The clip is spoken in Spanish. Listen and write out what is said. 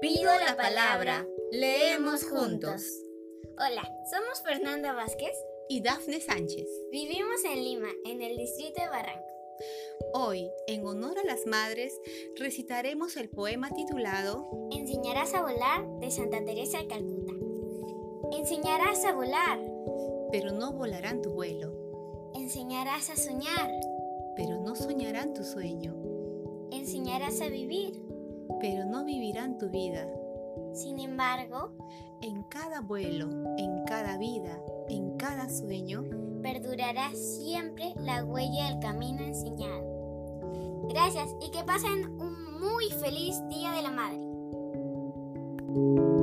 Contigo la palabra. Leemos juntos. Hola, somos Fernanda Vázquez. Y Dafne Sánchez. Vivimos en Lima, en el distrito de Barranco. Hoy, en honor a las madres, recitaremos el poema titulado Enseñarás a volar de Santa Teresa de Calcuta. Enseñarás a volar. Pero no volarán tu vuelo, Enseñarás a soñar. pero no soñarán tu sueño, Enseñarás a vivir. pero no vivirán tu vida. Sin embargo, En cada vuelo, en cada vida, en cada sueño, perdurará siempre la huella del camino enseñado. Gracias y que pasen un muy feliz Día de la Madre.